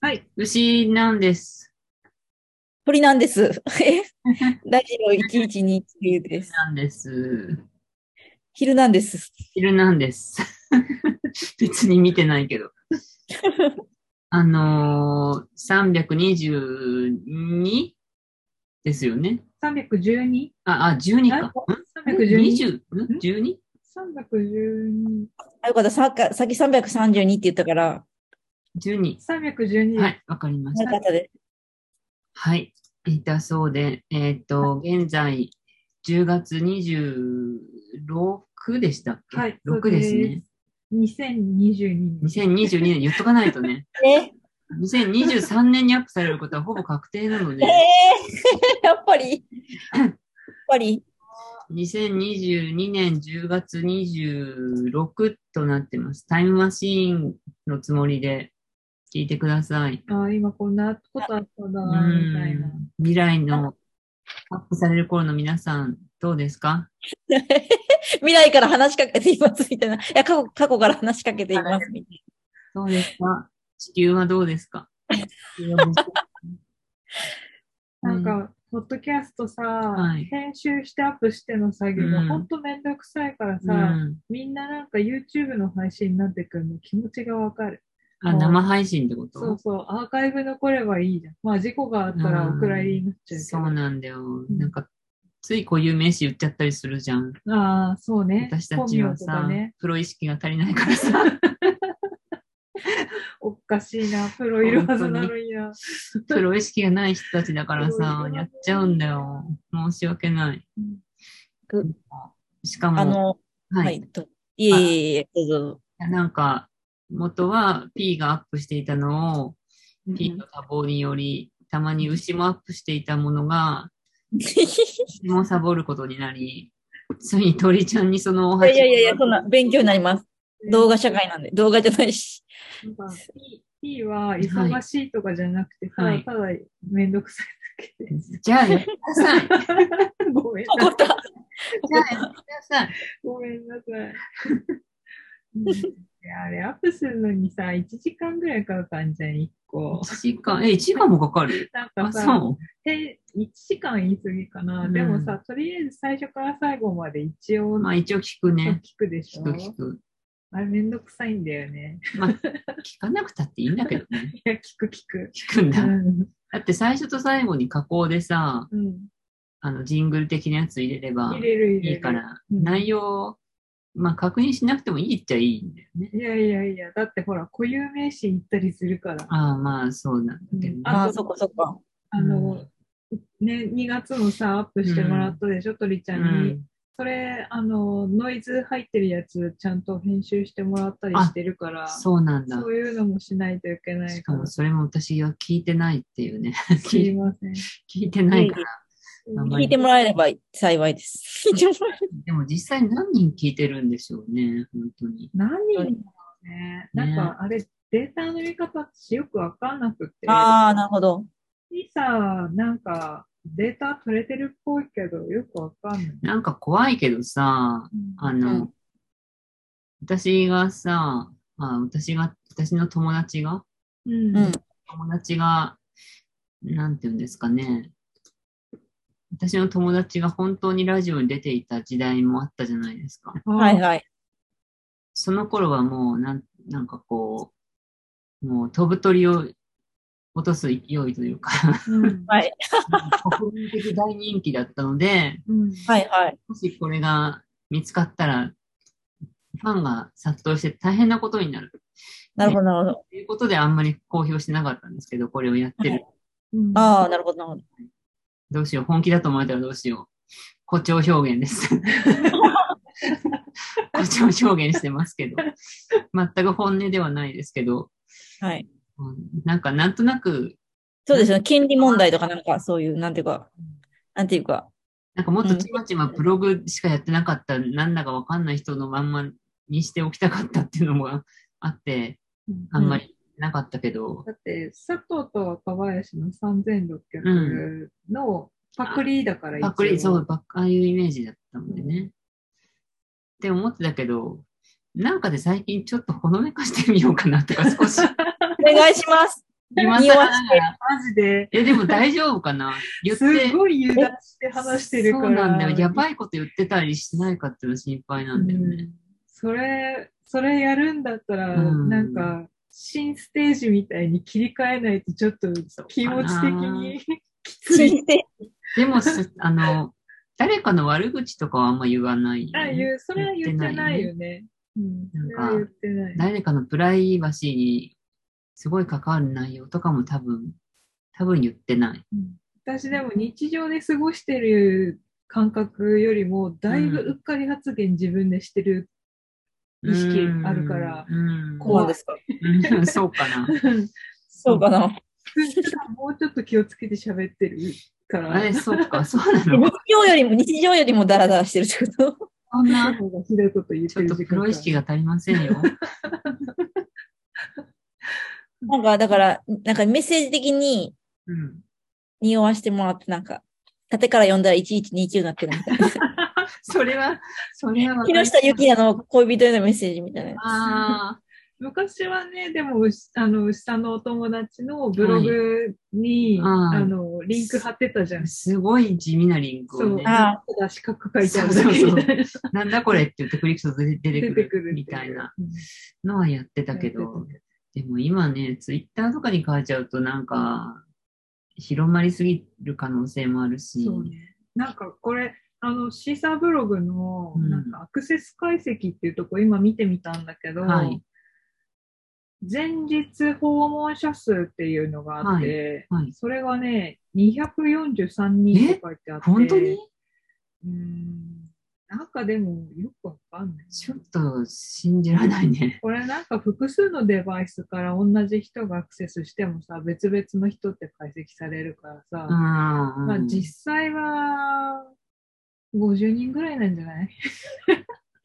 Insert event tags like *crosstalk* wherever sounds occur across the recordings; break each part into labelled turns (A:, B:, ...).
A: はい、牛なんです。
B: 鳥なん *laughs* です。えラジオ1129です。
A: なんです。
B: 昼なんです。
A: 昼なんです。別に見てないけど。あのー、322ですよね。
C: 312?
A: あ、あ、12か。
C: 312?
A: 20? ん 12?
C: 312。
B: あ、よかった。さっきさっき332って言ったから、
A: 12。
C: 312。
A: はい、わかりまし
B: 悪
A: た
B: か。ったです。
A: はい、だそうで、えっ、と、現在、10月26でしたっけ、
C: はい
A: 6ですね。
C: 2022年。
A: 2022年、言っとかないとね。 *laughs*
B: え
A: 2023年にアップされることはほぼ確定なので
B: え、ー *laughs* やっぱり、やっぱり、 *laughs*
A: 2022年10月26となってます。タイムマシーンのつもりで聞いてください。
C: ああ、今こんなことあったんだ
A: う
C: な、みたいな。
A: ん未来のアップされる頃の皆さん、どうですか
B: 未来から話しかけていますみたいな。いや、過去、過去から話しかけていますみたい
A: どうですか地球はどうですか地球はどうですか
C: *laughs* なんか、ポッドキャストさ、
A: い
C: 編集してアップしての作業
A: う
C: が
A: ん
C: ほんとめんどくさいから
A: う
C: さ、
A: ん、
C: みんななんか YouTube の配信になってくるの気持ちがわかる。
A: あ生配信ってこ
C: そ
A: と
C: うそう、アーカイブ残ればいいじゃん。まあ事故があったらお蔵入りになっちゃうけど。
A: そうなんだよ。なんか、ついこういう名詞言っちゃったりするじゃん。
C: ああ、そうね。
A: 私たちはさ、
C: 本名とかね、
A: プロ意識が足りないから
C: *laughs*
A: さ、
C: おかしいな、プロいるはずなのにな。
A: プロ意識がない人たちだから
C: そう
A: さ
C: よ、ね
A: やっちゃうんだよ。申し訳ない。
B: うん
A: しか
B: な。あ
A: も、
B: の、
A: はい、
B: はい。といえいえいえ、どうぞどうぞ。
A: なんか、元は P がアップしていたのを、P の多忙により、たまに牛もアップしていたものが、牛もサボることになり、ついに鳥ちゃんにそのお
B: いや
A: 鉢
B: いやいやいや、そんな、勉強になります。動画社会なんで、動画じゃないし。
C: なんか P, P は忙しいとかじゃなくて、ただ
A: はい
C: ただめんど
A: *laughs*
C: くさいだけで
A: じゃあやってください。じゃ
C: す。ごめん
B: 怒
C: な
B: った。
A: あやってください。
C: *laughs* ごめんなさい。うんいやあれ、アップするのにさ、1時間ぐらいかかるじゃん、1個。
A: 1時間、え、1時間もかかる
C: なんか
A: あ、
C: さ、
A: そう。
C: 1時間言い過ぎかな、
A: うん
C: でもさ、とりあえず最初から最後まで一応
A: まあ一応聞くね。
C: 聞くでし
A: 聞
C: ょ。
A: く聞く。
C: あれ、めんどくさいんだよね。
A: まあ、聞かなくたっていいんだけどね。
C: いや、聞く聞く。
A: 聞くん
C: う
A: だ。
C: ん。
A: だって最初と最後に加工でさ、
C: うん
A: あの、ジングル的なやつ入れれば
C: 入れる入れる。
A: いいから、
C: うん
A: 内容、まあ確認しなくてもいいっちゃいいんだよね。
C: いやいやいや、だってほら、固有名詞言ったりするから。
A: ああ、まあそうなんだけどね。
C: あ
B: *laughs* ああ、そっかそっか。
C: あの、ね、2月もさ、アップしてもらったでしょ、鳥ち
A: う
C: ゃんに。
A: ん、
C: それ、あの、ノイズ入ってるやつ、ちゃんと編集してもらったりしてるから、そ
A: そうなん
C: う
A: だ。
C: いうのもしないといけない
A: しか
C: か
A: らも、それも私が聞いてないっていうね。
C: す
A: *laughs*
C: い
A: 聞
C: ません。
A: いてないから。あんま
B: 聞
A: り
B: いてもらえれば幸いです。 *laughs* 聞いてもらえ
A: でも実際何人聞いてるんでしょうね、本当に。
C: 何人だろうね。なん
A: ね
C: か、あれ、データの見方ってよくわかんなくて、
B: ああ、なるほど。
C: にさ、なんか、データ取れてるっぽいけど、よくわかんない。
A: なんか怖いけどさ、あの、
B: うん
A: 私がさ、あ私が、私の友達が、
C: うん
B: うん。
A: 友達が、なんて言うんですかね。私の友達が本当にラジオに出ていた時代もあったじゃないですか。
B: はいはい。
A: その頃はもう、なん、なんかこう、もう飛ぶ鳥を落とす勢いというか、 *laughs*
C: うん
B: はい。
A: 国民的大人気だったので、
C: うん
B: はいはい。
A: もしこれが見つかったら、ファンが殺到して大変なことになる。
B: なるほどなるほど。
A: ということで、あんまり公表してなかったんですけど、これをやってる。
C: うん
B: ああ、なるほどなるほど。
A: どうしよう。本気だと思われたらどうしよう。誇張表現です。誇張表現してますけど。全く本音ではないですけど、
B: はい。
A: うんなんかなんとなく、
B: そうですよね。権利問題とかなんかそういう、なんていうか、なんていうか。
A: なんかもっとちまちまブログしかやってなかった、なんだかわかんない人のまんまにしておきたかったっていうのもあって、
C: うん
A: あんまりなかったけど、
C: だって、佐藤と若林の3600のパクリだから、。
A: パクリ、そうう、ばっああいうイメージだったんでね。って思ってたけど、なんかで最近ちょっとほのめかしてみようかなとか少し
B: お願いします。
A: 今
B: 匂
A: 更
B: わ
A: ながら。
C: マジで、
A: え、でも大丈夫かな言って。
C: すごい油断して話してるか
A: そ
C: ら。
A: うなんだよ。やばいこと言ってたりしないかっていうの心配なんだよ
C: う
A: ね。
C: んそれ、それやるんだったら、
A: うん
C: なんか、新ステージみたいに切り替えないと、ちょっと気持ち的に *laughs* きつい。
B: 聞いて。
A: でもす、 *laughs* あの、誰かの悪口とかはあんま言わない、
C: あ、言う、それは言ってないよね。うん、
A: なん
C: そ
A: か
C: れは言ってない。
A: 誰かのプライバシーにすごい関わる内容とかも多分、多分言ってない。
C: 私でも日常で過ごしてる感覚よりも、だいぶうっかり発言自分でしてる。意識あるから
A: うん、うん
C: 怖い
B: すか
A: うんそうかな。
B: *laughs* そうかな。
C: 普段もうちょっと気をつけて喋ってるから。
A: あれ、そうか、そうなの
C: *laughs*
B: 日常よりも、日常よりもダラダラしてるってこと
A: そんな、
C: 方がひどいこと言っ
A: ちょ
C: て
A: っ
C: る
A: と
C: 時
A: プ
C: 間
A: ロ意識が足りませんよ。
B: *laughs* なんか、だから、なんかメッセージ的に
A: うん、
B: 匂わしてもらって、なんか、縦から読んだら1129になってるみたいな。
A: それは、それは。
B: 木 *laughs* 下ゆきやの恋人へのメッセージみたいな。
A: ああ、
C: 昔はね、でも、うしあの、下のお友達のブログに、
A: はい
C: あの、リンク貼ってたじゃん。
A: すごい地味なリンク
C: そ
A: を
C: う。
A: ね。
B: あ
C: ただ四角書いてあるだ
A: そう
C: け
A: そうそう
C: みたいな
A: なんだこれって言ってクリックすると出て
C: 出
A: く
C: てく
A: る
C: るってう
A: みたいな。のはやってたけ
C: やっ
A: ど、でも今ね、ツイッターとかに変えちゃうとなんか、広まりすぎる可能性もあるし、
C: そうね。なんかこれ、あの、シーサーブログの、
A: うん
C: なんかアクセス解析っていうとこ今見てみたんだけど、
A: はい
C: 前日訪問者数っていうのがあって、
A: はい。
C: それがね、243人って書いてあって、
A: 本当に
C: うーん、なんかでもよくわかんない。
A: ちょっと信じられない
C: *laughs*
A: ね。
C: これなんか複数のデバイスから同じ人がアクセスしてもさ、別々の人って解析されるからさ、
A: うん。
C: ま
A: ま
C: あ実際は50人ぐらいなんじゃない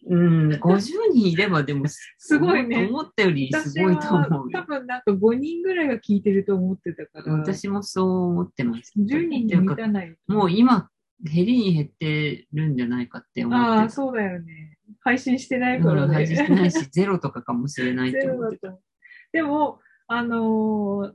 A: うん、50人いればでも、
C: *laughs* すごいね
A: 思ったよりす
C: 私
A: ごい
C: は
A: と思う
C: 多
A: よ。
C: 分なんか5人ぐらいが聞いてると思ってたから、
A: 私もそう思ってます。
C: 10人に満たない。
A: もう今、減りに減ってるんじゃないかって思
C: あ
A: っ
C: あ、
A: て
C: そうだよね。配信してない
A: た。
C: か
A: う
C: ら
A: ん、配信して
C: ね。
A: ない
B: *laughs*
A: し、ゼロとかかもしれないって
C: *laughs*
A: 思ってた。
C: でも、あのー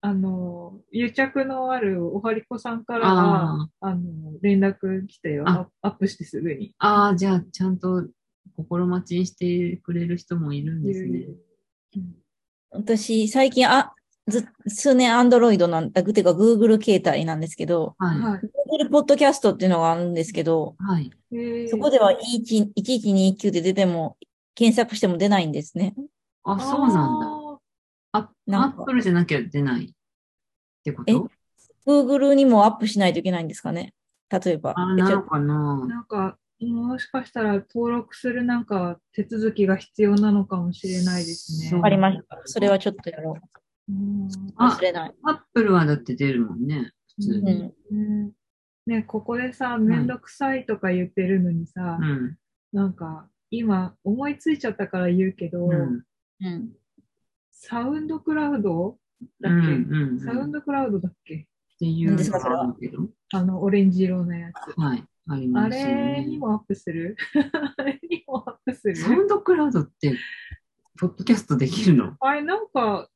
C: あのー癒着のあるおはりこさんからは
A: あ
C: あの、連絡来たよ。
A: あ
C: アアップしてすぐに。
A: ああ、じゃあ、ちゃんと心待ちにしてくれる人もいるんですね。
B: 私、最近、あ、ず、数年アンドロイドなんだ、てか Google 携帯なんですけど、
A: はい。
C: は
B: Google ポッドキャストっていうのがあるんですけど、
A: はい。
C: い。へー
B: そこでは11 1129で出ても、検索しても出ないんですね。
A: あ、そうなんだ。あ
B: な
A: ア
B: んか
A: ップルじゃなきゃ出ないってこと
B: え Google にもアップしないといけないんですかね。例えば。
A: あ、
B: え
A: な
B: ち
A: の
B: ょ
A: かな
C: なんか、もしかしたら登録するなんか手続きが必要なのかもしれないですね。
A: そう
B: わかりました。それはちょっとやろう。
C: うん
B: かも
A: あ
B: しれない。
A: アップルはだって出るもんね。普通
B: う
A: に。
B: ん。
C: ねね、ここでさ、めんどくさいとか言ってるのにさ、
A: うん。
C: なんか、今、思いついちゃったから言うけど、
A: うん。
B: うん。
C: サウンドクラウドだ
A: う
C: っ
A: ん
C: け、。
A: うん
C: サウン
A: っ
C: ドクラウドだっけ
A: ていうのがあるけど。
C: あの、オレンジ色のやつ。
A: はい。あり
C: あ
A: ますよ
C: れ
A: ね。
C: にもアップ
A: *laughs*
C: するあれにもアップする
A: サウンドクラウドって、ポッドキャストできるの
C: あれ、なんか、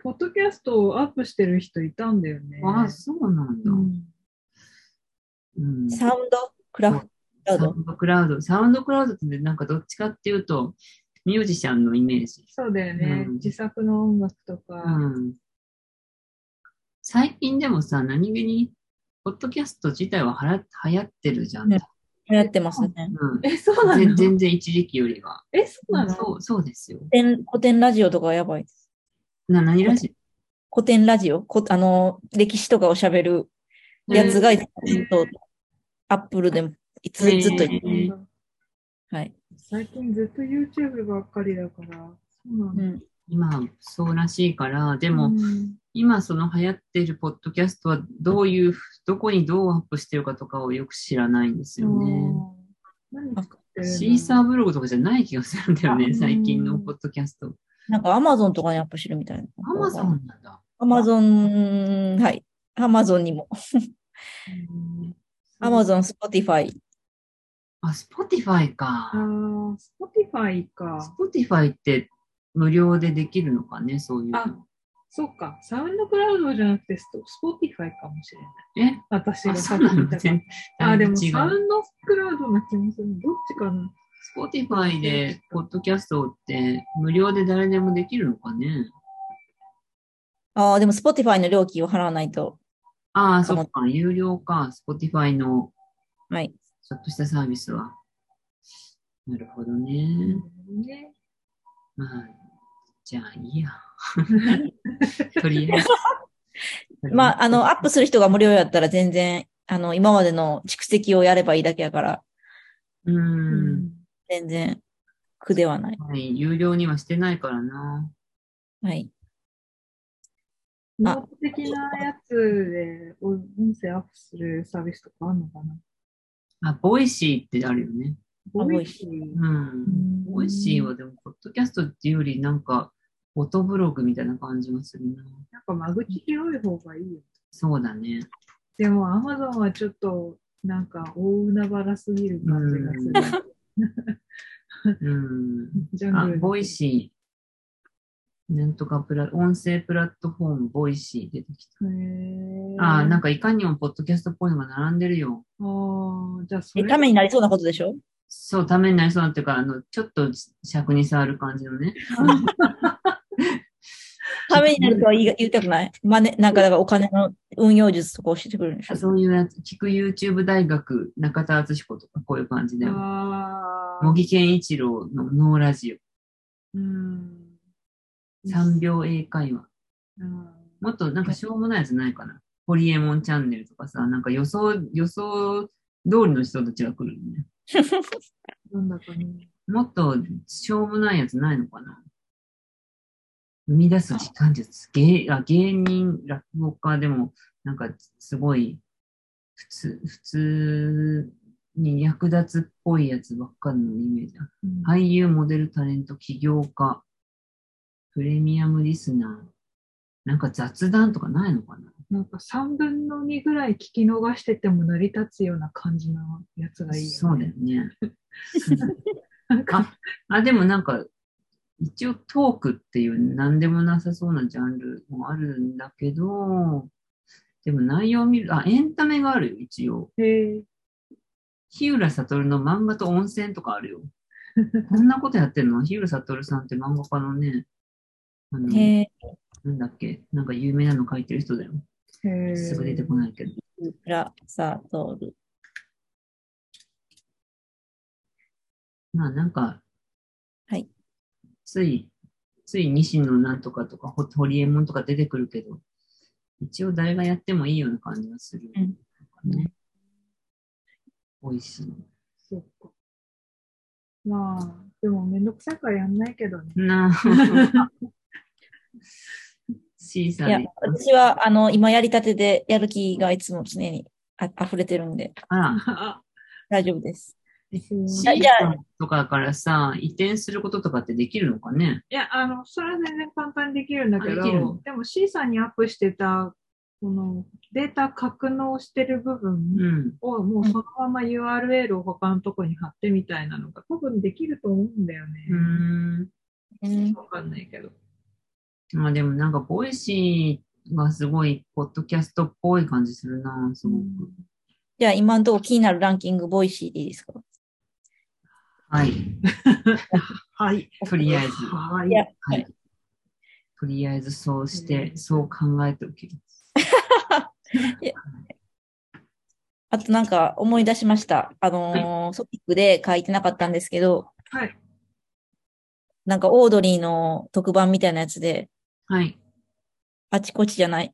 C: ポッドキャストをアップしてる人いたんだよね。
A: あ、そうなんだ
C: う。ん
A: うん
B: サウンドクラフト
A: サウンドクラウド。サウンドクラウドってなんかどっちかっていうと、ミュージシャンのイメージ。
C: そうだよね、
A: うん
C: 自作の音楽とか、
A: うん。最近でもさ、何気に、ポッドキャスト自体ははら流行ってるじゃん。
B: ね流行ってますね。
A: うん
C: え、そうな
A: ぜ
C: の
A: 全然一時期よりは。
C: え、そうなの
A: そう、そうですよ。
B: 古典古典ラジオとかやばいです。
A: な、何らしい
B: 古典ラジオこあの、歴史とかを喋るやつが、ずっと、アップルでも、いつずっと、
A: えー
B: はい。
C: 最近ずっと YouTube ばっかりだから、そうなの、
B: うん。
A: 今、そうらしいから、でも、
C: うん
A: 今その流行ってるポッドキャストは、どういう、どこにどうアップしてるかとかをよく知らないんですよね。
C: あー何作ってるの
A: シーサーブログとかじゃない気がするんだよ
C: あう
A: ね、
C: ん
A: 最近のポッドキャスト。
B: なんかアマゾンとかにアップしてるみたいな。
A: アマゾンなんだ。
B: アマゾン、はい。アマゾンにも。
C: うん
B: アマゾン、スポティファイ。
A: あ、スポティファイか。
C: ああ、Spotify か。
A: Spotify って無料でできるのかね、そういうの。
C: あそっか、サウンドクラウドじゃなくてスト、スポーティファイかもしれない。
A: え
C: 私が
A: あ、そ
C: さっ
A: うな
C: き言
A: の
C: った
A: 全
C: から
A: 然。
C: あ、でも
A: 違う
C: サウンドクラウドな気もする。どっちかな
A: Spotify で、ポッドキャストって、無料で誰でもできるのかね
B: ああ、でも Spotify の料金を払わないと。
A: ああ、そっか、有料か、Spotify の
B: はい。
A: ちょっとしたサービスは。なるほどね。
C: ね。
A: はい。じゃあ、いい
B: *laughs*
A: や。とりあえず。
B: *laughs* まあ、あの、アップする人が無料やったら全然、あの、今までの蓄積をやればいいだけやから、
A: う。。
C: うん
B: 全然苦ではない。
A: はい、有料にはしてないからな。
B: はい。
C: ノート的なやつで音声アップするサービスとかあるのかな
A: あ、ボイシーってあるよね。
B: あ
C: ボイシー。
A: うん。ボイシー
C: う
A: は
C: ん
A: でも、ポッドキャストっていうより、なんか、フォトブログみたいな感じがするな。
C: なんか間口広い方がいいよ。
A: そうだね。
C: でも Amazon はちょっとなんか大海原すぎる感じがする。
A: うん。
C: ジャ
A: あ
C: ング、ル。
A: ボイシー。なんとかプラ、音声プラットフォーム、ボイシー出てき
C: へー
A: た。ああ、なんかいかにもポッドキャストっぽいのが並んでるよ。
C: あーじゃあそ
B: え
C: れ。
B: ためになりそうなことでしょ
A: そう、ためになりそうなっていうか、あの、ちょっと尺に触る感じのね。
B: ためになるとは言い言いたくない。まね、なんか、だからお金の運用術とか教えてくれるんでしょ
A: そういうやつ、聞く YouTube 大学、中田敦彦とか、こういう感じで。
C: あー
A: 茂木健一郎のノーラジ
C: うん。
A: オ、3秒英会話。
C: うん
A: もっとなんかしょうもないやつないかな。ホリエモンチャンネルとかさ、なんか予想、予想通りの人たちが来るのね。
C: なんだかね。
A: もっとしょうもないやつないのかな生み出す時間術。芸あ芸人、落語家でも、なんかすごい、普通、普通に役立つっぽいやつばっかりのイメージだ。俳優、モデル、タレント、起業家、プレミアムリスナー。なんか雑談とかないのかな
C: なんか3分の2ぐらい聞き逃してても成り立つような感じのやつがいいよ、ね。
A: そうだよね。
C: なんか、
A: あ、でもなんか、一応トークっていう何でもなさそうなジャンルもあるんだけど、でも内容を見る、あ、エンタメがあるよ、一応。
C: へー
A: 日浦悟の漫画と温泉とかあるよ。こんなことやってんの日浦悟さんって漫画家のね、あの、
B: *laughs* へえ、
A: なんだっけ、なんか有名なの書いてる人だよ。
C: へー
A: すぐ出てこないけど。
B: プラサドル。
A: まあなんか、
B: はい。
A: つい、つい西野なんとかとか、ほホリエモンとか出てくるけど、一応誰がやってもいいような感じがする。
B: うん
A: ね。美味しい。
C: そっか。まあ、でもめんどくさいからやんないけど
A: *laughs*
C: ね。
A: なあ。シーサ
B: いや
A: ーで。、
B: 私は、あの、今やりたてでやる気がいつも常にあ溢れてるんで、
A: あら、
C: あ、
B: 大丈夫です。
C: すごい
A: シ
B: や
A: ー
B: いや
A: サーとかからさ、移転することとかってできるのかね
C: いや、あの、それは全然簡単にできるんだけど、
A: あできるの
C: でも C さんにアップしてた、このデータ格納してる部
A: う
C: 分
A: ん。
C: をもうそのまま URL を他のとこに貼ってみたいなのが多分できると思うんだよね。
A: うーん。
B: うん。
C: わかんないけど。
A: まあでもなんか、ボイシーがすごい、ポッドキャストっぽい感じするな、すごく。
B: じゃあ、今のところ気になるランキング、ボイシーでいいですか
A: はい。
C: はい。
A: とりあえず。
C: はい
B: や
C: い。
A: はい。とりあえずそうして、
C: うん
A: そう考えておきます。
B: あとなんか思い出しました。あのーソピックで書いてなかったんですけど、
C: はい。
B: なんかオードリーの特番みたいなやつで、
A: はい。
B: あちこちじゃない、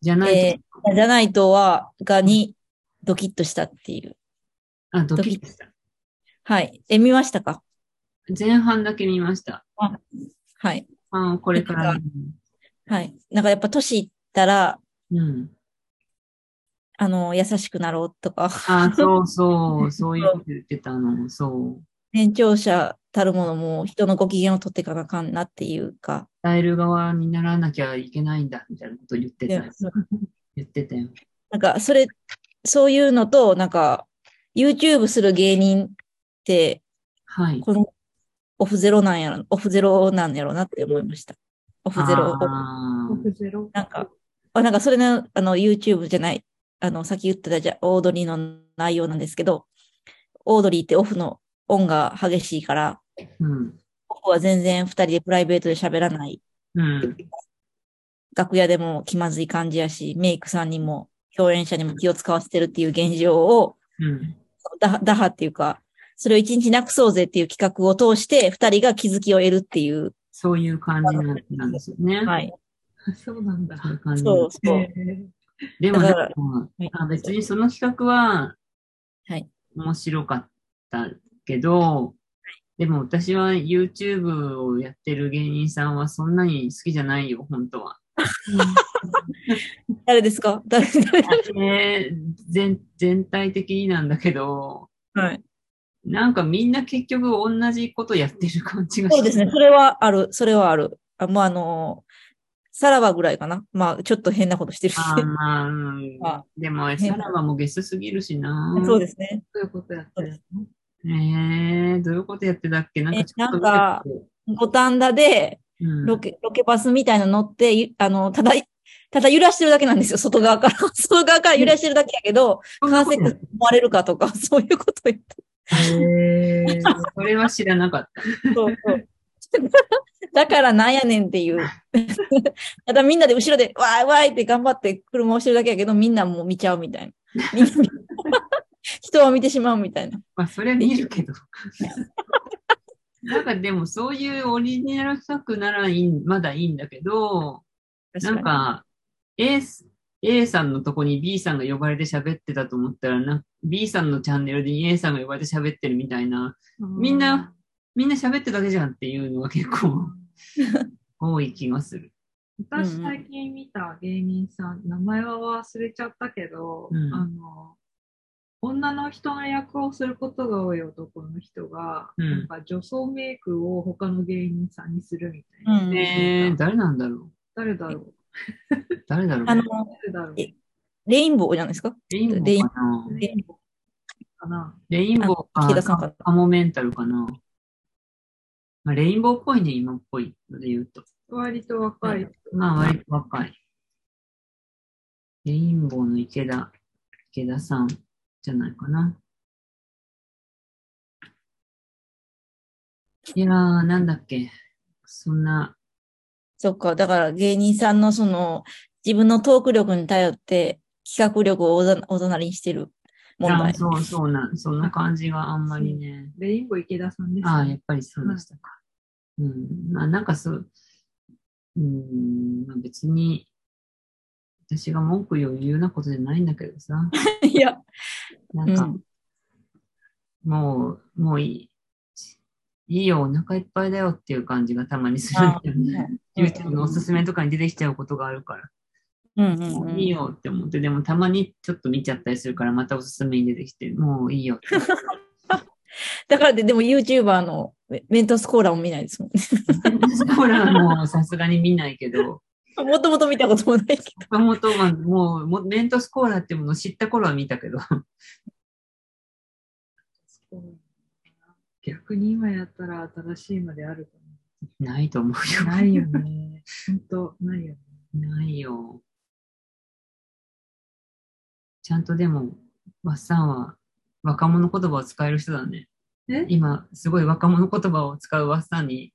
A: じゃないと、
B: えーじゃないとは、がにドキッとしたっていう。
A: あ、ドキッとした。
B: はい。え、見ましたか
A: 前半だけ見ました。
B: はい。
A: あこれから。
B: はい。なんかやっぱ年いったら、
A: うん。
B: あのー優しくなろうとか、 *laughs*
A: あ、そうそう、そういうこと言ってたの、そう。
B: 年長者たるものも人のご機嫌を取っていかなあかんなっていうか、
A: 伝える側にならなきゃいけないんだ、みたいなこと言ってたよ
B: で。
A: 言ってたよ。
B: なんかそれ、そういうのと、なんか YouTube する芸人って、
A: はい。
B: このオフゼロなんやろ、オフゼロなんやろなって思いました。オフゼロ。
A: あ
C: 6ゼロ。
B: なんか、あなんかそれの、あの、YouTube じゃない、あの、さっき言ってたじゃ、オードリーの内容なんですけど、オードリーってオフの音が激しいから、
A: うん。
B: オフは全然二人でプライベートで喋らない。
A: うん。
B: 楽屋でも気まずい感じやし、メイクさんにも共演者にも気を使わせてるっていう現状を、
A: うん。
B: 打破打破っていうか、それを一日なくそうぜっていう企画を通して、二人が気づきを得るっていう。
A: そういう感じなんなんですよね。
B: はい。
C: *laughs* そうなんだ。
A: そういう感じ。
B: そうそう。
C: へえ
A: でもな
B: だ
A: ん
B: から
A: か、あ別にその企画は、
B: はい
A: 面白かったけど、でも私は YouTube をやってる芸人さんはそんなに好きじゃないよ、本当は。
B: 誰ですか誰、誰、
A: えー全全体的になんだけど、
B: はい。
A: なんかみんな結局同じことやってる感じが
B: そうですね。それはある。それはある。あもうあのーさらばぐらいかな。まあ、ちょっと変なことしてるし。
A: あーまあ、うん
B: まあ。
A: でも、さらばもゲスすぎるしな
B: *laughs* そうですね。
C: どういうことやってるの
A: えー、どういうことやってたっけなんかちょっと
B: えなんか五反田で、
A: うん
B: ロケ、ロケバスみたいなの乗って、ゆあの、ただ、ただ揺らしてるだけなんですよ。外側から。 *laughs* 外側から揺らしてるだけやけど、
A: そん
B: 完
A: なこと
B: 成
A: やっ
B: 思われるかとか、そういうこと言って。
C: へえ
A: *laughs* それは知らなかった。
B: そうそう。だからなんやねんっていう。 *laughs* ただみんなで後ろで、わーいわーいって頑張って車をしてるだけやけど、みんなもう見ちゃうみたいな。 *laughs* みんな人を見てしまうみたいな。
A: まあ、それは見る *laughs* けど。なんかでも、そういうオリジナル作ならいい、まだいいんだけど、なん
B: 確かに。
A: か、A、A さんのとこに B さんが呼ばれて喋ってたと思ったらな、B さんのチャンネルに A さんが呼ばれて喋ってるみたいな、みんな、みんな喋ってるだけじゃんっていうのが結 *laughs* 構多い気がする。
C: 私最近見た芸人さん、名前は忘れちゃったけど、
A: うん
C: あの、女の人の役をすることが多い男の人が、
A: うん
C: なんか女装メイクを他の芸人さんにするみたいな。
B: うん
A: えー、誰なんだろ
C: 誰だろ
A: う誰だろう
B: あの、
C: う誰だろう
B: えレインボーじゃないですか
A: レインボーかな
C: レインボーかな
A: レインボー
B: あ
A: か
B: 池田さんか
A: カモメンタルかな。まあ、レインボーっぽいね、今っぽいので言うと。
C: 割と若い人。
A: まあ、割と若い。レインボーの池田、池田さんじゃないかな。いやー、なんだっけ。そんな、
B: そっか。だから芸人さんのその、自分のトーク力に頼って、企画力をおざおざなりにしてる問
A: あ
B: 題。
A: そうそうな、そんな感じがあんまりね。
C: レインボー池田さんです、ね。
A: ああ、やっぱりそうでしたか。うん。まあ、なんかそう、うん、まあ、別に、私が文句を言うようなことじゃないんだけどさ、
B: *laughs* いや、
A: なんか、
B: うん
A: もう、もういい。いいよ、お腹いっぱいだよっていう感じがたまにするんだよね。YouTube のおすすめとかに出てきちゃうことがあるから、
B: うんう
A: も
B: んう。
A: うんいいよって思って、でもたまにちょっと見ちゃったりするから、またおすすめに出てきて、もういいよって。
B: だからで、でも YouTuber のメメントスコーラも見ないですもんね。
A: ほら、もうさすがに見ないけど、
B: もともと見たこともないけど。
A: もともと、まあ、もう、もメントスコーラってものを知った頃は見たけど。
C: *laughs*
A: *laughs*
C: そう逆に今やったら新しいまであるか
A: ないと思うよ。
C: な。ないよね。ほんと、ないよね。
A: ないよ。ちゃんとでも、ワッサンは若者言葉を使える人だね。
C: え
A: 今、すごい若者言葉を使うワッサンに、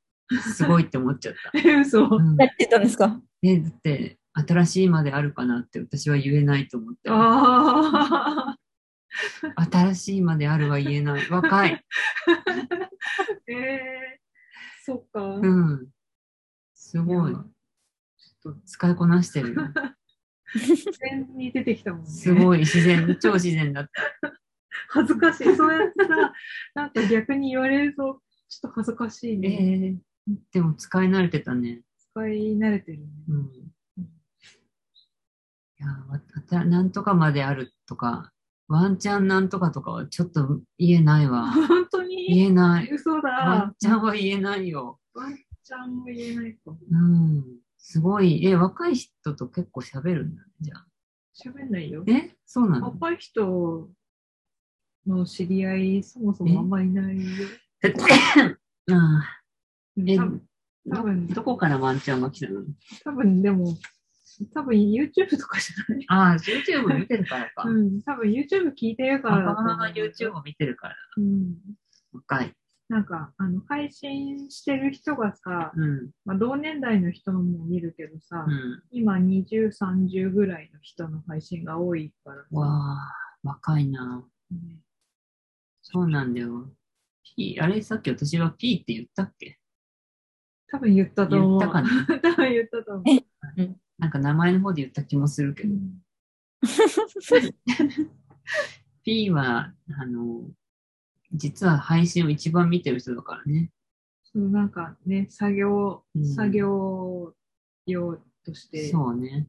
A: すごいって思っちゃっ
C: え、 *laughs* 嘘。
A: た。うん、
B: 何て言ったんですか
A: え、だって、新しいまであるかなって私は言えないと思って。
C: ああ。
A: 新しいまであるは言えない。若い。
C: ええそっか。
A: うん。すごい
C: いや。
A: ちょっと使いこなしてるよ。
C: 自然に出てきたもんね。
A: すごい自然、超自然だった。
C: 恥ずかしい。そうやってさ、なんか逆に言われると、ちょっと恥ずかしい
A: え
C: ね。
A: ー、でも使い慣れてたね。
C: 使い慣れてるね。
A: うん。いやわた、なんとかまであるとか、ワンチャンなんとかとかはちょっと言えないわ。
C: 本当に
A: 言えない。
C: 嘘
A: ワ
C: だ
A: ン。チャンは言えないよ。
C: ワンちゃんも言えないかも。
A: うん。すごい。え、若い人と結構喋るんだね、じゃあ。
C: 喋んないよ。
A: えそうなの
C: 若い人の知り合い、そもそもあんまいないよ。
A: *coughs* うん。
C: うん
A: え
C: 多分多分、
A: どこからワンちゃんが来たの
C: 多分でも、多分 YouTube とかじゃない
A: ああ、YouTube 見てるからか。
C: うん、多分 YouTube 聞いてるからだと
A: 若
C: 思
A: 者
C: う。
A: が YouTube を見てるから。
C: うん。
A: 若い。
C: なんか、あの、配信してる人がさ、
A: うん。
C: まあ、同年代の人のも見るけどさ、
A: うん。
C: 今20、30ぐらいの人の配信が多いから
A: わ
C: さ、
A: あ、若いな。
C: ね
A: そうなんだよ。P、あれさっき私は P って言ったっけ
C: 多分言ったと
A: 言
C: 思う。
A: ったかな
C: *laughs* 多分言ったと思う。
A: なんか名前の方で言った気もするけ
C: う
A: ど。
C: ん
A: P は、あの、実は配信を一番見てる人だからね。
C: そうなんかね、作業、
A: うん
C: 作業用として、
A: そうね。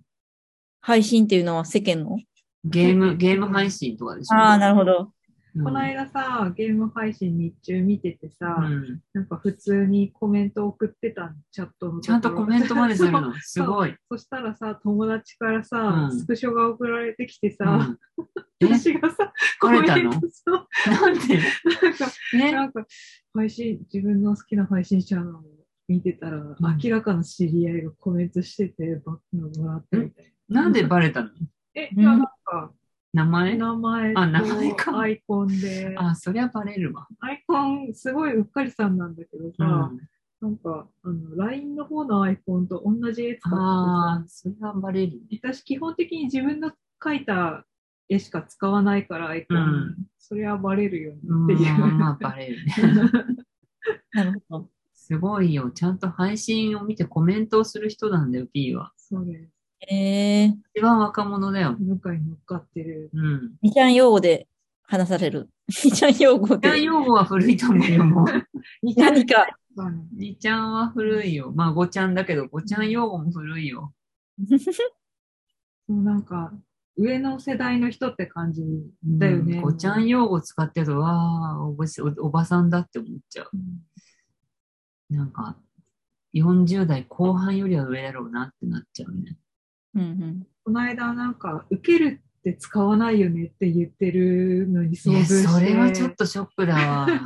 B: 配信っていうのは世間の
A: ゲーム、ゲーム配信とかでしょ。
B: ああ、なるほど。
A: うん
C: この間さ、ゲーム配信日中見ててさ、
A: うん。
C: なんか普通にコメント送ってたのチャットのころ
A: ちゃんとコメントまでする
C: そう
A: の。すごい。
C: そしたらさ、友達からさ、
A: うん
C: スクショが送られてきて
A: う
C: さ、
A: ん。え、
C: 私がさ、
A: 疲れたの
C: コメントそう
A: なんで
C: なんか、
A: ね。
C: なんか配信、自分の好きな配信者のを見てたら、明らかな知り合いがコメントしてて、バックのもらったみたい
A: なんでバレたの
C: な。え、
B: うん
C: いやなんか、
A: 名前
C: 名前
A: あ名前か
C: とアイコンで、
A: あ、そりゃバレるわ。
C: アイコン、すごいうっかりさんなんだけど
A: う
C: さ、
A: ん。
C: なんか、あの、LINE の方のアイコンと同じ絵使ってて
A: ああ、
C: さ
A: そりゃバレるね。
C: 私基本的に自分の描いた絵しか使わないから、アイコン、
A: うん
C: それはバレるよね
A: う
C: ってい
A: ん。
C: う。
A: まあ、バレるね。
B: なるほど。
A: すごいよ。ちゃんと配信を見てコメントをする人なんだよ、P は。
C: そうです。
B: ええ
A: 一番若者だよ。
C: 向かいに乗っかってる。
A: うん。
B: みちゃん用語で話される。みちゃん用語
A: ちゃん
B: で。
A: 用語は古いと思うよ、
C: *laughs*
A: もう。
B: 何 *laughs* か。
C: まあね
A: 2ちゃんは古いよ。まあ、5ちゃんだけど、5ちゃん用語も古いよ。
C: もうなんか、上の世代の人って感じだよね。
A: 5ちゃん用語使ってると、わあ、おばしおおばさんだって思っちゃう。
C: うん
A: なんか、40代後半よりは上だろうなってなっちゃうね。
B: うんうん。
C: この間なんか、受けるって使わないよねって言ってるのに遭
A: い
C: 遇
A: や、
C: して。
A: それはちょっとショックだわ。いや、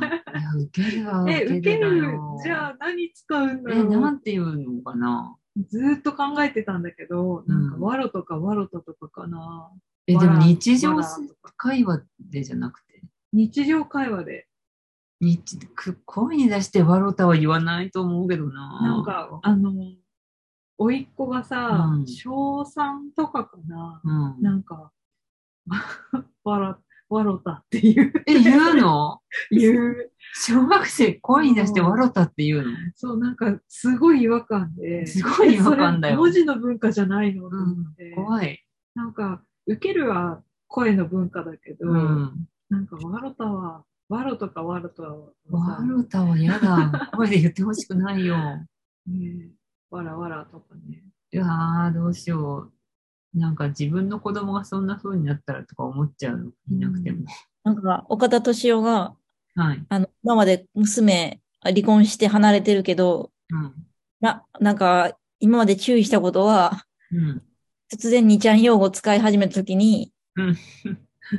A: 受けるわ、
C: *laughs* え、
A: 受け
C: 受け
A: る
C: る
A: だよ。
C: じゃあ何使うんだろ
A: え、
C: う
A: なんていうのかな。
C: ずーっと考えてたんだけど、
A: うん
C: なんか、わろとかわろととかかな。
A: え、で
C: わ
A: も
C: ら
A: 日常
C: わらとか
A: 会話でじゃなくて。
C: 日常会話で、
A: 日く声に出してわろたは言わないと思うけどな。
C: なんか、、あの、甥いっ子がさ、
A: うん
C: 小3とかかな。
A: うん。
C: なんか、 *laughs* わら、わろたって
A: *laughs*
C: いう、
A: え、言う *laughs* の
C: 言う。
A: 小学生声に出して笑ったっていうの。
C: そう、なんか、すごい違和感で。
A: すごい違和感だよ
C: えそれ文字の文化じゃないのと
A: う
C: 思
A: ん
C: って。
A: 怖い。
C: なんか、受けるは声の文化だけど、
A: うん。
C: なんか、わろたは、わろとかわろとはさ、
A: 笑ったは嫌だ。声で言ってほしくないよ。
C: ねえ、わらわらとかね。
A: いやー、どうしよう。なんか自分の子供がそんな風になったらとか思っちゃう。いなくても。
B: なんか、岡田敏夫が、
A: はい。
B: あの、今まで娘、あ離婚して離れてるけど、
A: うん。
B: な、なんか、今まで注意したことは、
A: うん。
B: 突然にちゃん用語を使い始めたときに
A: うん、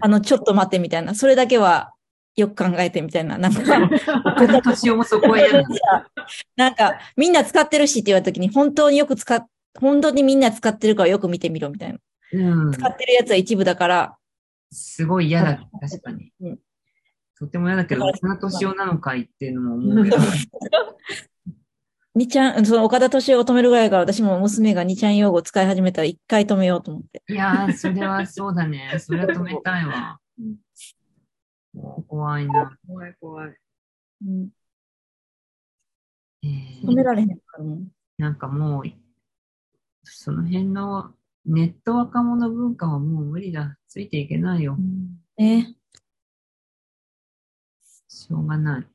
B: あの、ちょっと待ってみたいな、それだけはよく考えてみたいな、なんか、
A: 岡田敏夫もそこは嫌だ。
B: なんか、みんな使ってるしって言われたときに、本当によく使っ、本当にみんな使ってるからよく見てみろみたいな。
A: うん。
B: 使ってるやつは一部だから、
A: すごい嫌だ。確かに
B: うん。
A: とても嫌だけど、岡田敏夫なのかいっていうのも思うけど。
B: にちゃん、その岡田敏夫を止めるぐらいから私も娘がにちゃん用語を使い始めたら一回止めようと思って。
A: いやー、それはそうだね。それは止めたいわ
C: うん。
A: もう怖いな。
C: 怖い怖い。
B: うん
A: え
B: 止め
A: ー、
B: られへんからもう
A: なんかもう、その辺のネット若者文化はもう無理だ。ついていけないよ
C: う。ん
B: ね
A: しょうがない。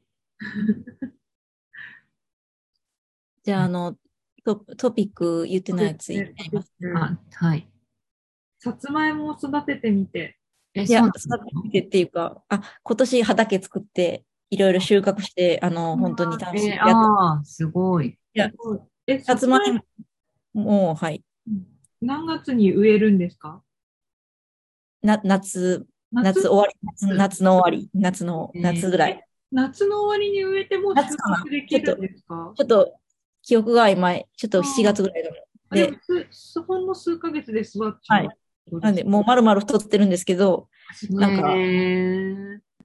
B: じゃあ、あの、トトピック言ってないやつ言います。
A: あ、はい。
C: さつまいもを育ててみて、
A: え、
B: いや、
A: そうな
B: 育
A: の
B: ててっていうか、あ、今年畑作って、いろいろ収穫して、あの、本当に楽し
A: え
B: い
A: ー、
B: やつ。
A: ああ、すごい。
C: え、
B: さつまい
C: も
B: も、もう、はい。
C: 何月に植えるんですか
B: な、夏、夏終わり、夏夏の終わり、夏の、
A: えー
B: 夏ぐらい。
C: 夏の終わりに植えてもう収
B: 夏かな
C: 穫できるんですか
B: ちょっと、記憶が曖昧。ちょっと7月ぐらいだもん
C: あで
B: で
C: もすほんの数ヶ月で座っちゃ
B: は
C: う。
B: いなんで、もう丸々太ってるんですけど、なんか
A: え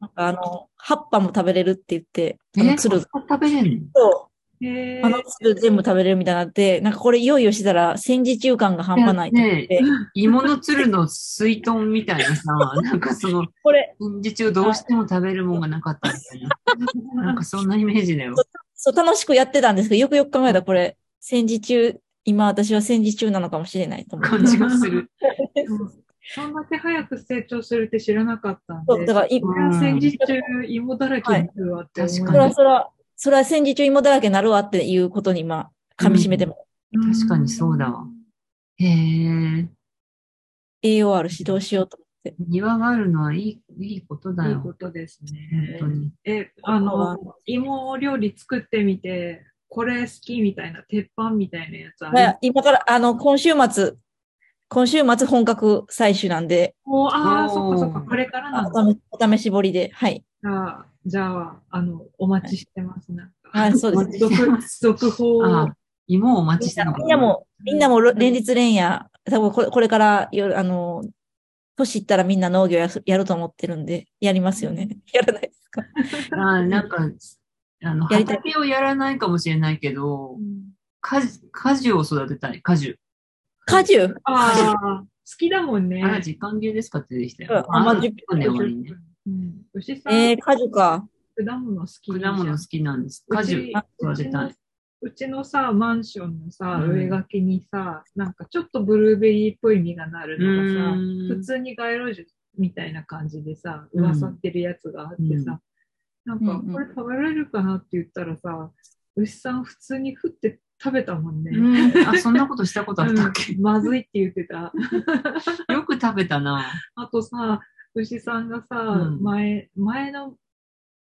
B: なんかあの、葉っぱも食べれるって言って、あ
A: え
B: の、つる
A: 食べれんの
B: と、
C: へー
B: あのつる全部食べれるみたいになって、なんかこれいよいよしてたら戦時中感が半端ないと思って、
A: 芋のつるの水豚みたいな
B: *laughs*
A: さ、なんかその、
B: これ、
A: 戦時中どうしても食べるもんがなかったみたいな。なんかそんなイメージだよ。
B: そう、楽しくやってたんですけど、よくよく考えたらこれ、戦時中、今私は戦時中なのかもしれないと思って。
A: 感じがする。
C: そんだけ早く成長するって知らなかったん
B: そう
C: で。
B: だからい、
A: う
C: これは戦時中、芋だらけになるわって思い
B: そ
C: ま
B: れ
A: は
B: はいそれは、それは戦時中芋だらけになるわっていうことに今、噛み締めても、
A: うん確かにそうだわへえ、
B: 栄養あるしどうしようと思って。
A: 庭があるのはいい、いいことだ
C: いい
A: よ
C: こ。とです
A: 本
C: ね
A: 当。に。
C: え、あの、芋料理作ってみて、これ好きみたいな、鉄板みたいなやつあ
B: ま
C: る。
B: あ今から、あの、今週末、今週末本格採取なんで、
C: おーああ、
A: おー
C: そっかそっか、これからな
B: あ
C: んだ。
B: お試お試し掘りで、はい。
C: じゃあ、あの、お待ちしてます。なんか
B: はい、そうです。
A: お待ちして
C: 続続報を。
A: ああ、芋をお待ち
B: みん
A: して
B: な
A: るのか
B: みんなも、みんなもろ連日連夜、多分これこれから夜、あの、年いったらみんな農業やすやると思ってるんで、やりますよね。 *laughs* やらないですか。
A: な。あなんか、あの、
B: やりたい
A: 畑をやらないかもしれないけど
C: う、ん
A: 果樹果樹を育てたい。果樹。
B: 果樹
C: ああ、好きだもんね。
A: あら、時間切れですかって出てきた
B: うん
A: よ。
B: あまあ
A: 10分で終わりね。
C: うん牛さん、
B: えー、果樹か。
C: 果物好きじ
A: 果
C: ゃん
A: 物好きなんです。果
C: う
A: 樹
C: ち
A: 育てたい。
C: うちのさ、マンションのさ、
A: うん
C: 植垣にさ、なんかちょっとブルーベリーっぽい実がなる
A: う
C: のがさ、
A: ーん
C: 普通に街路樹みたいな感じでさ、
A: うん
C: 噂ってるやつがあってさ、なん
B: うん
C: かこれ食べられるかなって言ったらさ、牛さん普通に降って食べたもんね。
A: うんあ、そんなことしたことあったっけ
C: うんまずいって言ってた。
A: よく食べたな。
C: あとさ、牛さんがさ、
A: うん
C: 前、前の、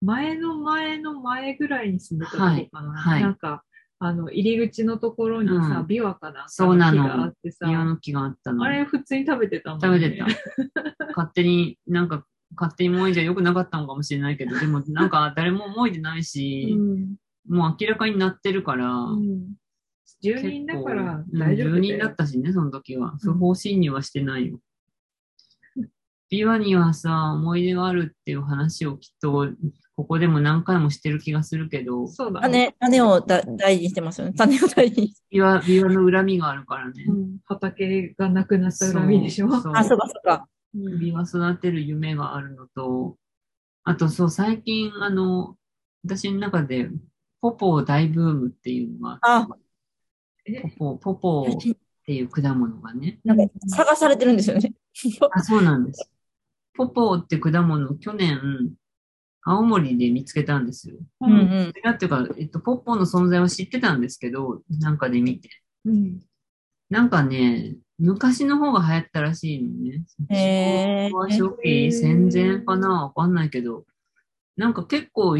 C: 前の前の前ぐらいに住んでたとこかな。
A: はいはい
C: なんか、あの、入り口のところにさ、
A: うん
C: ビワかな
A: そうなの
C: 木があってさ、
A: 庭の木があったの。
C: あれ普通に食べてたもん、
A: 食べてた。。勝手に、なんか、勝手にもいじゃ良くなかったのかもしれない
C: *laughs*
A: けど、でもなんか誰ももいでないうし、
C: ん。
A: もう明らかになってるから、
C: うん住
A: 結構
C: 人だから大丈夫
A: うん住人
C: だ
A: だ
C: よ
A: っ。たしね、その時は。不法侵入はしてないよ。ビワにはさ、思い出があるっていう話をきっと、ここでも何回もしてる気がするけど、
C: そうだね。
B: 種、種をだ大事にしてますよね。種を大事に。
A: ビワ、ビワの恨みがあるからね
C: う。ん畑がなくなった恨みでしょ。
A: そう
B: あ、そうか、そうか。
C: うん
A: ビワ育てる夢があるのと、あとそう、最近、あの、私の中で、ポポー大ブームっていうのが、
B: あ、
A: ポポー、ポポーっていう果物がね。
B: なんか探されてるんですよね。
A: あ、そうなんです。ポポーって果物、去年、青森で見つけたんですよ。
B: *laughs* うんうん。
A: それがっていうか、えっと、ポッポーの存在は知ってたんですけど、なんかで見て。
C: うん
A: なんかね、昔の方が流行ったらしいのね。
B: へー
A: 昭和初期戦前かなわかんないけど、なんか結構い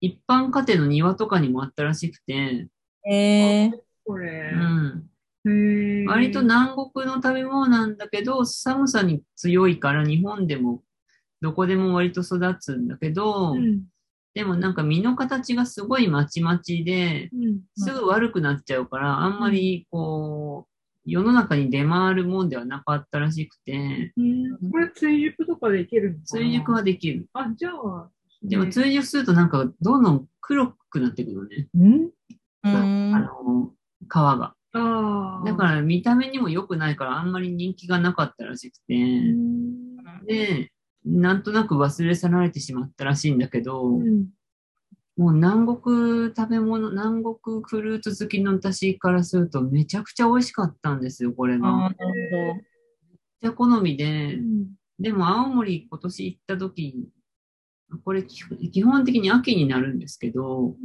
A: 一般家庭の庭とかにもあったらしくて、
B: えー、
C: これ
A: う。ん、
C: へー
A: 割と南国の食べ物なんだけど、寒さに強いから日本でもどこでも割と育つんだけど、
C: うん
A: でもなんか実の形がすごいまちまちで、
C: うん
A: すぐ悪くなっちゃうから、あんまりこう、世の中に出回るもんではなかったらしくて、
C: うんこれ追熟とかでいけるのかな
A: 追熟はできる。
C: あ、じゃあ、
A: でも追熟するとなんかどんどん黒くなってくるのね。
C: ん
B: うー
A: あ
B: ん。
A: の、皮が。
C: ああ。
A: だから見た目にも良くないからあんまり人気がなかったらしくて、
C: うん、
A: で、なんとなく忘れ去られてしまったらしいんだけど、
C: うん
A: もう南国食べ物、南国フルーツ好きの私からするとめちゃくちゃ美味しかったんですよ、これが。
B: あ
A: めっ
B: ーなる
A: ちゃ好みで、
C: うん
A: でも青森今年行った時これ基本基本的に秋になるんですけど、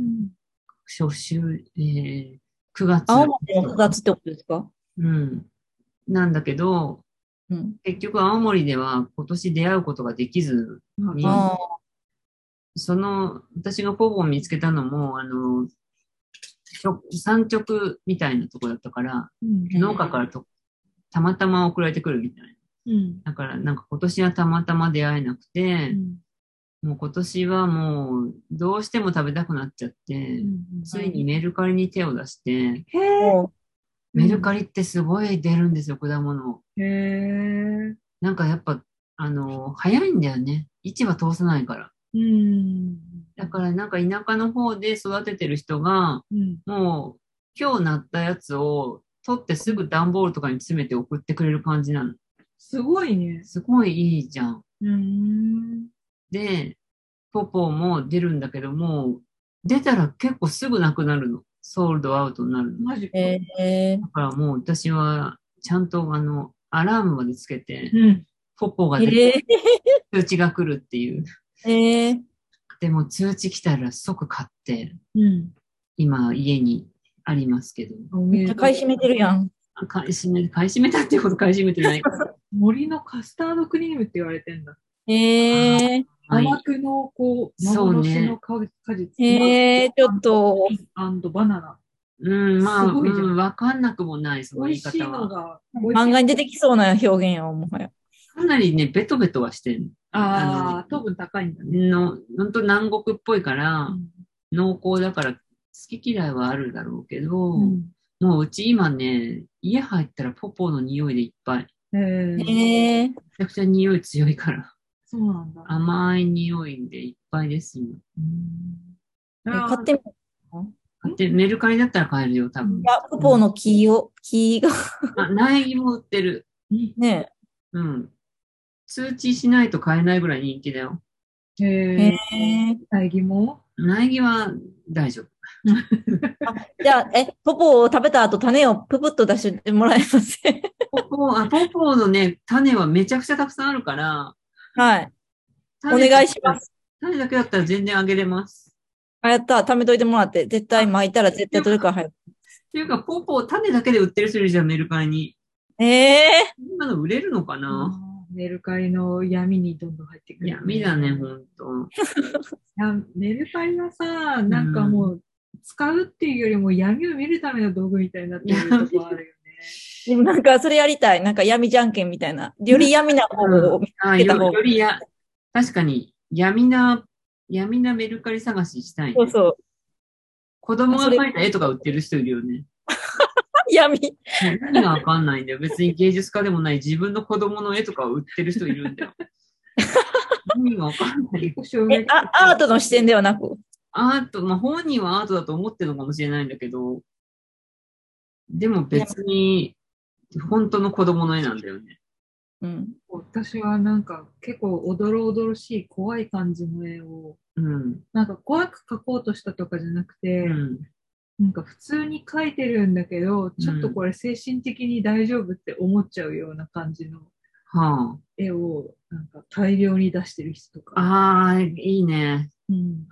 A: 初秋、えー9月
B: ほど。青森の9月ってことですか
A: うん、なんだけど、
B: うん。
A: 結局青森では今年出会うことができず、
C: うん
A: いい
B: あ
A: その、私がポポを見つけたのも、あの、直産直みたたいなとこだったから、
C: うん
B: うん
A: 農家からとたまたま送られてくるみたいな。
C: うん
A: だから、なんか今年はたまたま出会えなくて、もう今年はもう、どうしても食べたくなっちゃって、ついにメルカリに手を出して、
C: へえ。
B: も
A: メルカリってすごい出るんですよ、果物。
C: へえ。
A: なんかやっぱ、あの、早いんだよね。市場通さないから。
C: うん。
A: だからなんか田舎の方で育ててる人が、
C: うん。
A: もう今日なったやつを取ってすぐ段ボールとかに詰めて送ってくれる感じなの。
C: すごいね。
A: すごいいいじゃん。
C: うん。
A: で、ポポも出るんだけども、出たら結構すぐなくなるの。ソールドアウトになるの。
C: マジ
B: う
C: か。
B: えー
A: だからもう私はちゃんとあの、アラームまでつけて、
C: うん。
A: ポポが出て
B: え
A: 通知が来るっていう。
B: ーえー
A: でも通知来たら即買って、
C: うん。
A: 今家にありますけど。
C: おめ
B: めっちゃ
C: でとう
B: 買い占めてるやん。
A: あ買い占め、買い占めたっていうこと買い占めてないから。
C: 森のカスタードクリームって言われてんだ。
B: えー、
C: *laughs*
A: はい
C: 甘く濃厚、
A: そうね
C: 幻の果実。
B: えー、ちょっと、
C: アンドバナナ。
A: うん、まあ、
C: すごいじゃん
A: うん、わかんなくもない、その
C: 美
A: 言
C: 味
A: い
C: しい
A: 方
C: の
A: は。
C: が。
B: 漫画に出てきそうな表現や、もはや。
A: かなりね、ベトベトはしてる
C: ああ、糖分高いんだね。
A: の。ほんと南国っぽいから、
C: う
A: 濃厚だから、好き嫌いはあるだろうけど、
C: ん。
A: もううち今ね、家入ったらポポの匂いでいっぱい。め
B: え
C: えー、
B: ー、
A: ちゃくちゃ匂い強いから、
C: そうなんだ。
A: 甘い匂いでいっぱいですよ。
C: うんあー
B: 買ってみ
A: で、メルカリだったら買えるよ、多分。
B: た。ポポの木を、木が、
A: あ、苗木も売ってる。
B: *laughs* ね、
A: うん。通知しないと買えないぐらい人気だよ。
C: へえ。
B: えー、
C: 大義も
A: 苗木は大丈夫。
B: じゃあ、え、ポポを食べた後、種をププッと出してもらえません
A: ポポ、あ、ポポのね、種はめちゃくちゃたくさんあるから、
B: *laughs* はい。お
A: 種
B: 願いします。
A: 種だけだったら全然あげれます。
B: あ、やった。貯めといてもらって。絶対巻いたら絶対どれか入る。
A: っていうか、ポポ、種だけで売ってる人いるじゃん、メルカリに。
B: ええ
A: 今の売れるのかな、
C: あーメルカリの闇にどんどん入ってくる。
A: いや、闇だね、ほん
B: *laughs*
A: と。
C: いやメルカリはさ、なんかもう、使うっていうよりも闇を見るための道具みたいになってるとこあるよ
B: ー。でもなんか、それやりたい。なんか、闇じゃんけんみたいな。より闇な方を。
A: あ
B: つけた
A: よ
B: 方が
A: よりや、確かに、闇な、闇なメルカリ探ししたい、ね。
B: そうそう。
A: 子供が描いた絵とか売ってる人いるよね。
B: 闇。
A: 何がわかんないんだよ。別に芸術家でもない自分の子供の絵とかを売ってる人いるんだよ。何がわかんな
C: ね。
A: い
C: *laughs* 結。構衝撃
B: え
C: 的。
B: あ、アートの視点ではなく。
A: アート、まあ本人はアートだと思ってるのかもしれないんだけど、でも別に本当の子供の絵なんだよね。
B: うん。
C: 私はなんか結構おどろおどろしい怖い感じの絵を、
A: うん。
C: なんか怖く描こうとしたとかじゃなくて、
A: うん。
C: なんか普通に描いてるんだけど、ちょっとこれ精神的に大丈夫って思っちゃうような感じの
A: は
C: 絵を、なんか大量に出してる人と
A: あ。
C: か。
A: ああ、いいね。
C: うん、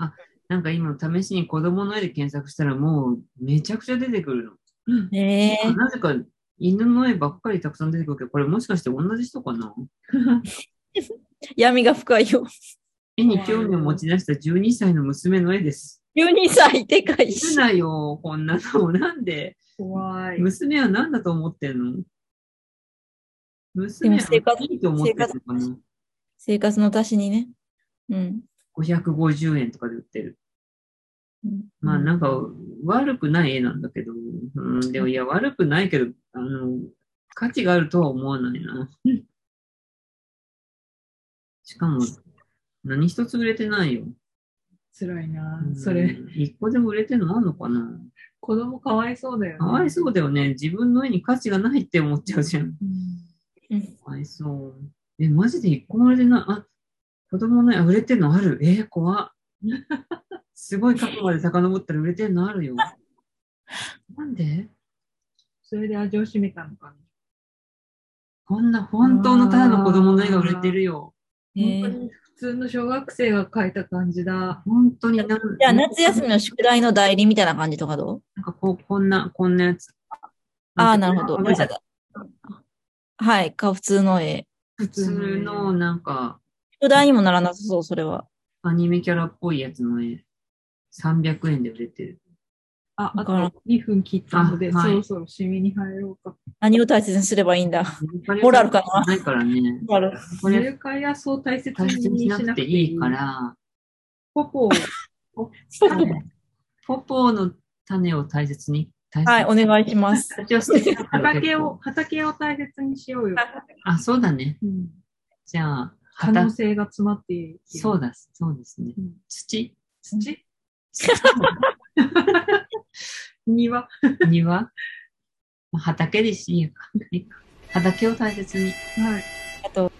A: なんか今試しに子供の絵で検索したらもうめちゃくちゃ出てくる
B: ええ
A: の。なぜか犬の絵ばっかりたくさん出てくるけど、これもしかして同じ人かな
B: 闇が深いよ。
A: 絵に興味を持ち出した12歳の娘の絵です。
B: 12歳、でか
A: い
B: い
A: る
B: し。
A: なよ、こんなの。なんで
C: 怖い。
A: 娘は何だと思ってんの娘は
B: でも生活
A: いいと思ってるのかな
B: 生活の足しにね。うん。
A: ?550 円とかで売ってる。
B: うん
A: まあなんか悪くない絵なんだけど、うん、でもいや悪くないけど、あの、価値があるとは思わない *laughs* な。しかも、何一つ売れてないよ。
C: 辛いな
A: う。ん
C: それ、。
A: 一個でも売れてるのあんのかな
C: 子供かわいそうだよね。
A: かわいそうだよね。自分の絵に価値がないって思っちゃうじゃん。
C: うん。
A: かわいそう。え、マジで一個も売れてない。あ、子供の絵、あ売れてんのある。えー、 *laughs* 怖っすごい過去まで遡ったら売れてんのあ *laughs* るよ。なんで
C: それで味を占めたのかな。
A: こんな本当のただの子供の絵が売れてるよ。
B: ええ
C: 本当に普通の小学生が描いた感じだ。
A: 本当になん
B: じゃあ、夏休みの宿題の代理みたいな感じとかどう
A: なんかこう、こんな、こんなやつ。
B: ああ、なるほど。
A: ごめんなさい
B: はい、か、普通の絵。
C: 普
A: 普通の、なんか、
B: 宿題にもならなさそう、それは。
A: アニメキャラっぽいやつの絵。300円で売れてる。
C: あ、
B: だ
C: あ
B: から
C: と2分切ったので、
A: あはい
C: そろそろシミに入ろうか。
B: 何を大切にすればいいんだ。モラルか
A: ないからね。
B: なる
A: これ
C: メルカリはそう大切
A: 大切に
C: に
A: しな
C: しな
A: く
C: くて
A: て
C: いい
A: いいか。ら、
C: ポポを、
A: *laughs* 種ポポーの種を大切に。大切
B: はい、お願いし
A: *laughs*
B: ます。
A: 私は好きだから
C: 畑
A: 結
C: を
A: 構、
C: 畑を大切にしようよ。
A: あ、そうだね。
C: うん
A: じゃあ、
C: 可能
A: 畑、
C: 性が詰まっている。
A: そうだ、そうですね
C: うん。
A: 土
C: 土庭。
A: *laughs* 庭畑でしいいか。畑を大切に。
C: はい。
B: あと、